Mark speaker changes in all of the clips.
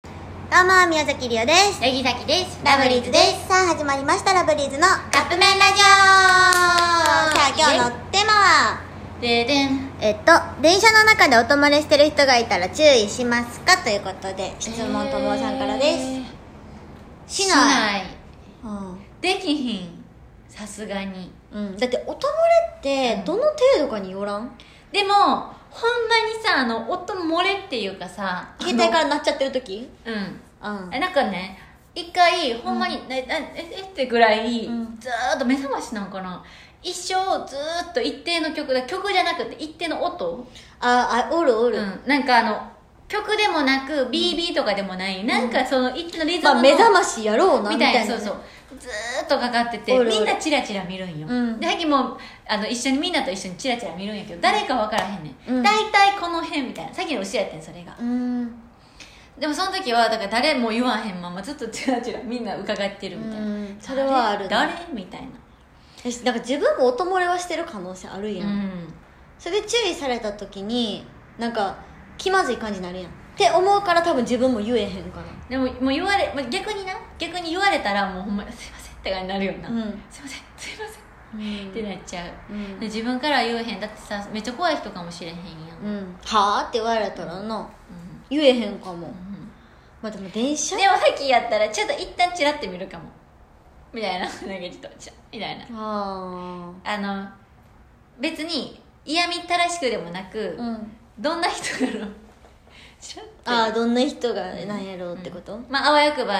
Speaker 1: どうも宮崎りおです
Speaker 2: ヤギザキです
Speaker 1: ラブリーズですさあ始まりましたラブリーズのさ
Speaker 2: カップ麺ラジオ
Speaker 1: あ今日のテーマは
Speaker 2: ででん
Speaker 1: えっと電車の中でお泊まりしてる人がいたら注意しますかということで質問ともさんからです、
Speaker 2: し
Speaker 1: し
Speaker 2: ない
Speaker 1: ないうん
Speaker 2: できひんさすがに
Speaker 1: うん、だってお泊まれってどの程度かによらん、
Speaker 2: でもほんまにさあの音漏れっていうかさ
Speaker 1: 携帯から鳴っちゃってる時
Speaker 2: らうん
Speaker 1: うん
Speaker 2: えなんかね一回ほんまに、えええってぐらい、
Speaker 1: うん
Speaker 2: ずーっと目覚ましなんかな一生ずーっと一定の曲だ曲じゃなくて一定の音、
Speaker 1: ああおるお
Speaker 2: う
Speaker 1: る、
Speaker 2: ん、なんかあの曲でもなく BB とかでもない、なんかその一定のリズムの、
Speaker 1: まあ目覚ましやろうなみ
Speaker 2: み
Speaker 1: た
Speaker 2: た
Speaker 1: い
Speaker 2: い
Speaker 1: な
Speaker 2: な
Speaker 1: ね
Speaker 2: そうそうずーっとかかってて
Speaker 1: おるおる
Speaker 2: みんなチラチラ見るんよ、
Speaker 1: うん
Speaker 2: でさっきもあの一緒にみんなと一緒にチラチラ見るんやけど誰か分からへんねん、
Speaker 1: うん
Speaker 2: 大体この辺みたいなさっきの後ろやってんそれが
Speaker 1: うん
Speaker 2: でもその時はだから誰も言わへんままずっとチラチラみんな伺ってるみたいな、
Speaker 1: うんそれはあるね
Speaker 2: 誰誰みたいな
Speaker 1: 私だから自分も音漏れはしてる可能性あるやん、
Speaker 2: うん
Speaker 1: それで注意された時になんか気まずい感じになるやんって思うから多分自分も言えへんか
Speaker 2: でももう言われもう逆にな逆に言われたらもうほんまにすいませんって感じになるよ
Speaker 1: な
Speaker 2: な、
Speaker 1: うん、
Speaker 2: すいませんすいませ
Speaker 1: うん
Speaker 2: ってなっちゃう、で
Speaker 1: ん
Speaker 2: 自分からは言えへんだってさめっちゃ怖い人かもしれへんやん、うん
Speaker 1: うん、はあって言われたらな言えへんかも、
Speaker 2: うん
Speaker 1: まあでも電車
Speaker 2: でもさっきやったらちょっと一旦チラって見るかもみたいな なんかちょっとチラみたいな
Speaker 1: あ
Speaker 2: あの別に嫌みったらしくでもなく、
Speaker 1: あうん
Speaker 2: どんな人だろう チラって
Speaker 1: ああどんな人がなんやろうってこと、
Speaker 2: まああわよくば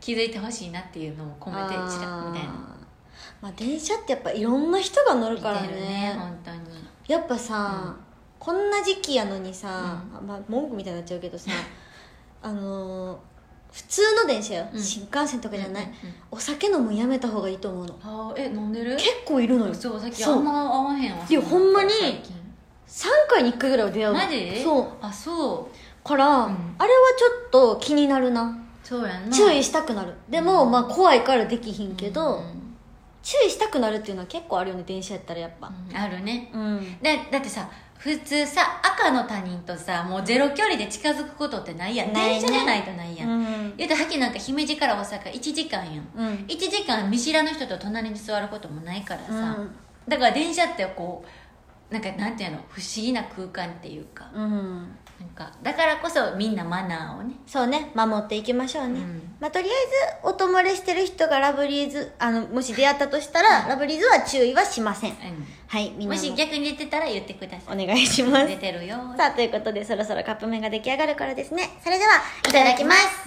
Speaker 2: 気づいてほしいなっていうのを込めて
Speaker 1: あー
Speaker 2: チラみたいな
Speaker 1: まあ電車ってやっぱいろんな人が乗るからね
Speaker 2: 見てるね本当に
Speaker 1: やっぱさ、こんな時期やのにさ、
Speaker 2: う
Speaker 1: まあ、文句みたいになっちゃうけどさあのー普通の電車よ、
Speaker 2: うん
Speaker 1: 新幹線とかじゃない、
Speaker 2: うんうんうん
Speaker 1: お酒飲むんやめた方がいいと思うの
Speaker 2: あーえ飲んでる
Speaker 1: 結構いるのよ
Speaker 2: そうさっきあ
Speaker 1: そうん
Speaker 2: ま合わへんわ
Speaker 1: いやほんまに
Speaker 2: 最近
Speaker 1: 3回に1回ぐらいは出会うの
Speaker 2: マジ
Speaker 1: そう
Speaker 2: あそう
Speaker 1: から、
Speaker 2: ん
Speaker 1: あれはちょっと気になるな
Speaker 2: そうやんな
Speaker 1: 注
Speaker 2: 意
Speaker 1: 意したくなるでも、まあ怖いからできひんけど、注意したくなるっていうのは結構あるよね電車やったらやっぱ
Speaker 2: あるね
Speaker 1: うん、
Speaker 2: だだってさ普通さ赤の他人とさもうゼロ距離で近づくことってないやん、
Speaker 1: ないね
Speaker 2: 電車じゃないとないやん、
Speaker 1: うん
Speaker 2: 言うたらはっきなんか姫路から大阪1時間やん
Speaker 1: うん
Speaker 2: 1時間見知らぬ人と隣に座ることもないからさ、
Speaker 1: うん
Speaker 2: だから電車ってこうなんかなんていうの不思議な空間っていうか
Speaker 1: うん
Speaker 2: なんかだからこそみんなマナーをね
Speaker 1: そうね守っていきましょうね、
Speaker 2: うん
Speaker 1: まあ、とりあえずお泊まりしてる人がラブリーズあのもし出会ったとしたら、ラブリーズは注意はしませんはいみ
Speaker 2: うんん、も
Speaker 1: なも
Speaker 2: し逆に出てたら言ってくださ
Speaker 1: お
Speaker 2: い
Speaker 1: 願いします
Speaker 2: 出てるよ
Speaker 1: さあということでそろそろカップ麺が出来上がるからですねそれではいただきます